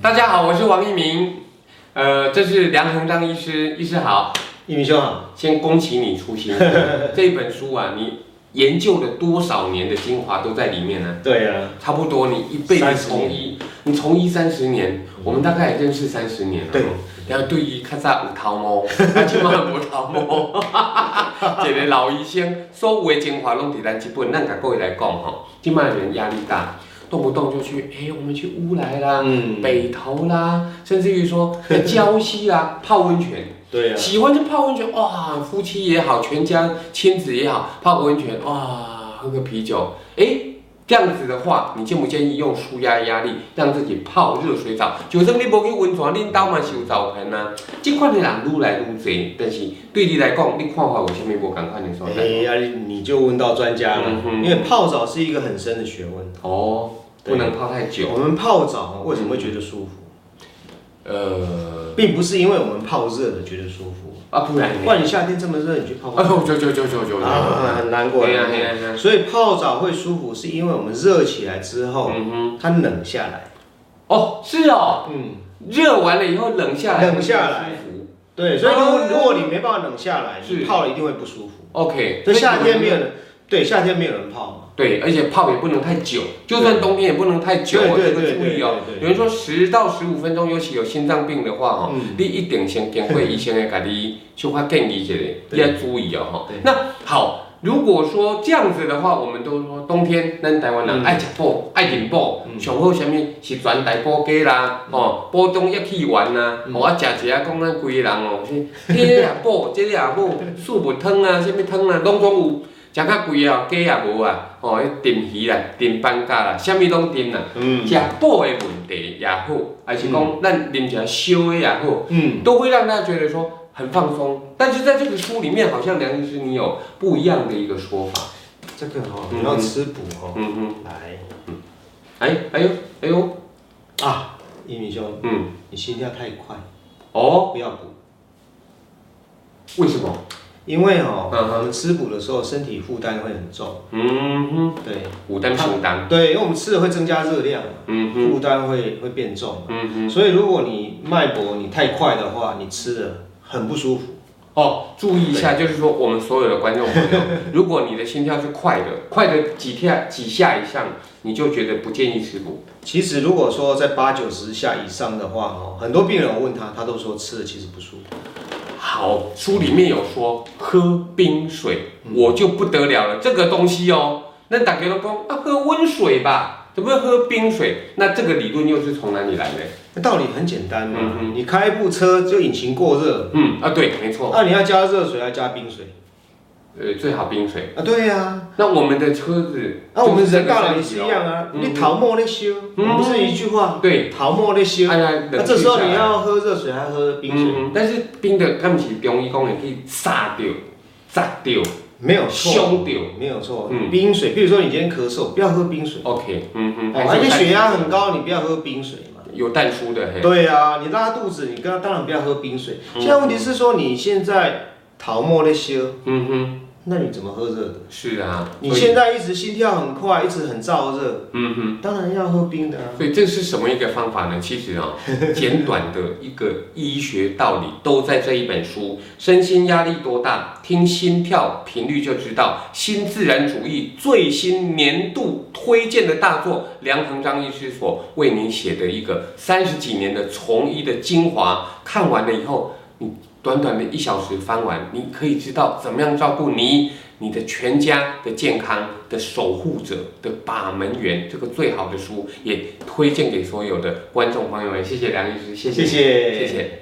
大家好，我是王一鸣，呃，这是梁恒章医师，医师好，一鸣兄好，先恭喜你出新书这本书啊，你研究了多少年的精华都在里面呢、对啊，差不多你一辈子30从医，你从医三十年，我们大概也认识三十年了。对。然后对于较早有头毛，啊，即满无头毛， 一个老医生，所有的精华拢伫咱这本，咱甲各位来讲吼，即卖人压力大，动不动就去，哎、我们去乌来啦，嗯，北投啦，甚至于 说在礁溪啦泡温泉，对啊，喜欢去泡温泉哇，夫妻也好，全家亲子也好，泡个温泉哇，喝个啤酒，诶，这样子的话，你建不建议用舒压压力，让自己泡热水澡？就算你无去温泉，恁兜嘛是有澡盆啊。这款的人愈来愈多，但是对你来讲，你看法有啥物无共款的所哎在？呀，你就问到专家了嗯，哼因为泡澡是一个很深的学问。哦，不能泡太久。我们泡澡为什么会觉得舒服，呃，并不是因为我们泡热了觉得舒服，啊，不然不呢？然你夏天这么热，你去泡哎泡呦，就就就就就就，啊，很难过对。呀对呀对呀。啊所以泡澡会舒服，是因为我们热起来之后，嗯哼。它冷下来。哦，是哦，嗯，热完了以后冷下来，冷下来舒服。对，所以如果啊如果你没办法冷下来，是你泡了一定会不舒服。 OK，这夏天没有人，对，夏天没有人泡嘛。对，而且泡也不能太久，就算冬天也不能太久哦，这对对个对注意哦对对。对有人说十到十五分钟，尤其有心脏病的话哦，嗯，你一定先跟会医生来给你小可建议一下，你 对要注意哦哈对。那好，如果说这样子的话，我们都说冬天咱台湾人嗯爱吃补，爱饮补，嗯上好什么是全台补鸡啦，哦，补中益气丸啦，嗯哦，我食一下讲咱规个人 哦，迄个也补，这个也补，素物汤啊，什么汤啊，拢总有。食较贵啊，鸡也无啊，吼、哦，迄炖鱼啦、炖番茄啦，啥物拢炖啦。嗯食补的问题也好，还是讲咱啉一下烧的也好，嗯，都会让大家觉得说很放松。但是在这个书里面，好像梁医师你有不一样的一个说法。这个哈，嗯你要吃补哦，嗯嗯，来哎哎呦哎呦，啊，一鸣兄，嗯，你心跳太快，哦，不要补，为什么？因为哦，嗯哼我们吃补的时候，身体负担会很重，嗯哼，对五担平担。对，因为我们吃的会增加热量，嗯哼负担会会变重，嗯哼，所以如果你脉搏你太快的话，你吃的很不舒服，哦，注意一下，就是说我们所有的观众朋友，如果你的心跳是快的，快的几跳几下以上，你就觉得不建议吃补。其实如果说在八九十下以上的话，哦，很多病人我问他，他都说吃的其实不舒服，好，书里面有说喝冰水，嗯我就不得了了，这个东西哦，那大家都说啊喝温水吧，怎么会喝冰水？那这个理论又是从哪里来的？那道理很简单嘛嗯，你开一部车就引擎过热，嗯啊对，没错，那你要加热水，要加冰水呃最好冰水。啊，对呀、那我们的车子，那啊我们人到到了了也是一样啊，嗯你头毛在修，嗯不是一句话，对，头毛在修，哎呀，那这时候你要喝热水还是喝冰水？嗯，但是冰的，他们是中医讲的去杀掉、炸掉、没有错，凶掉。没有错嗯，冰水，比如说你今天咳嗽，不要喝冰水， OK，嗯嗯，哦，而且血压很高，你不要喝冰水嘛。有淡出的，嘿，对啊，你拉肚子，你刚当然不要喝冰水。嗯现在问题是说你现在头毛在修，嗯那你怎么喝热的？哼，是啊，你所以现在一直心跳很快，一直很燥热，嗯哼。当然要喝冰的啊。所以这是什么一个方法呢？其实 啊、简短的一个医学道理都在这一本书。身心压力多大，听心跳频率就知道。新自然主义最新年度推荐的大作，梁恒章医师所为您写的一个三十几年的从医的精华，看完了以后，你短短的一小时翻完，你可以知道怎么样照顾你。你的全家的健康的守护者的把门员，这个最好的书也推荐给所有的观众朋友们。谢谢梁医师，谢谢谢你谢谢谢。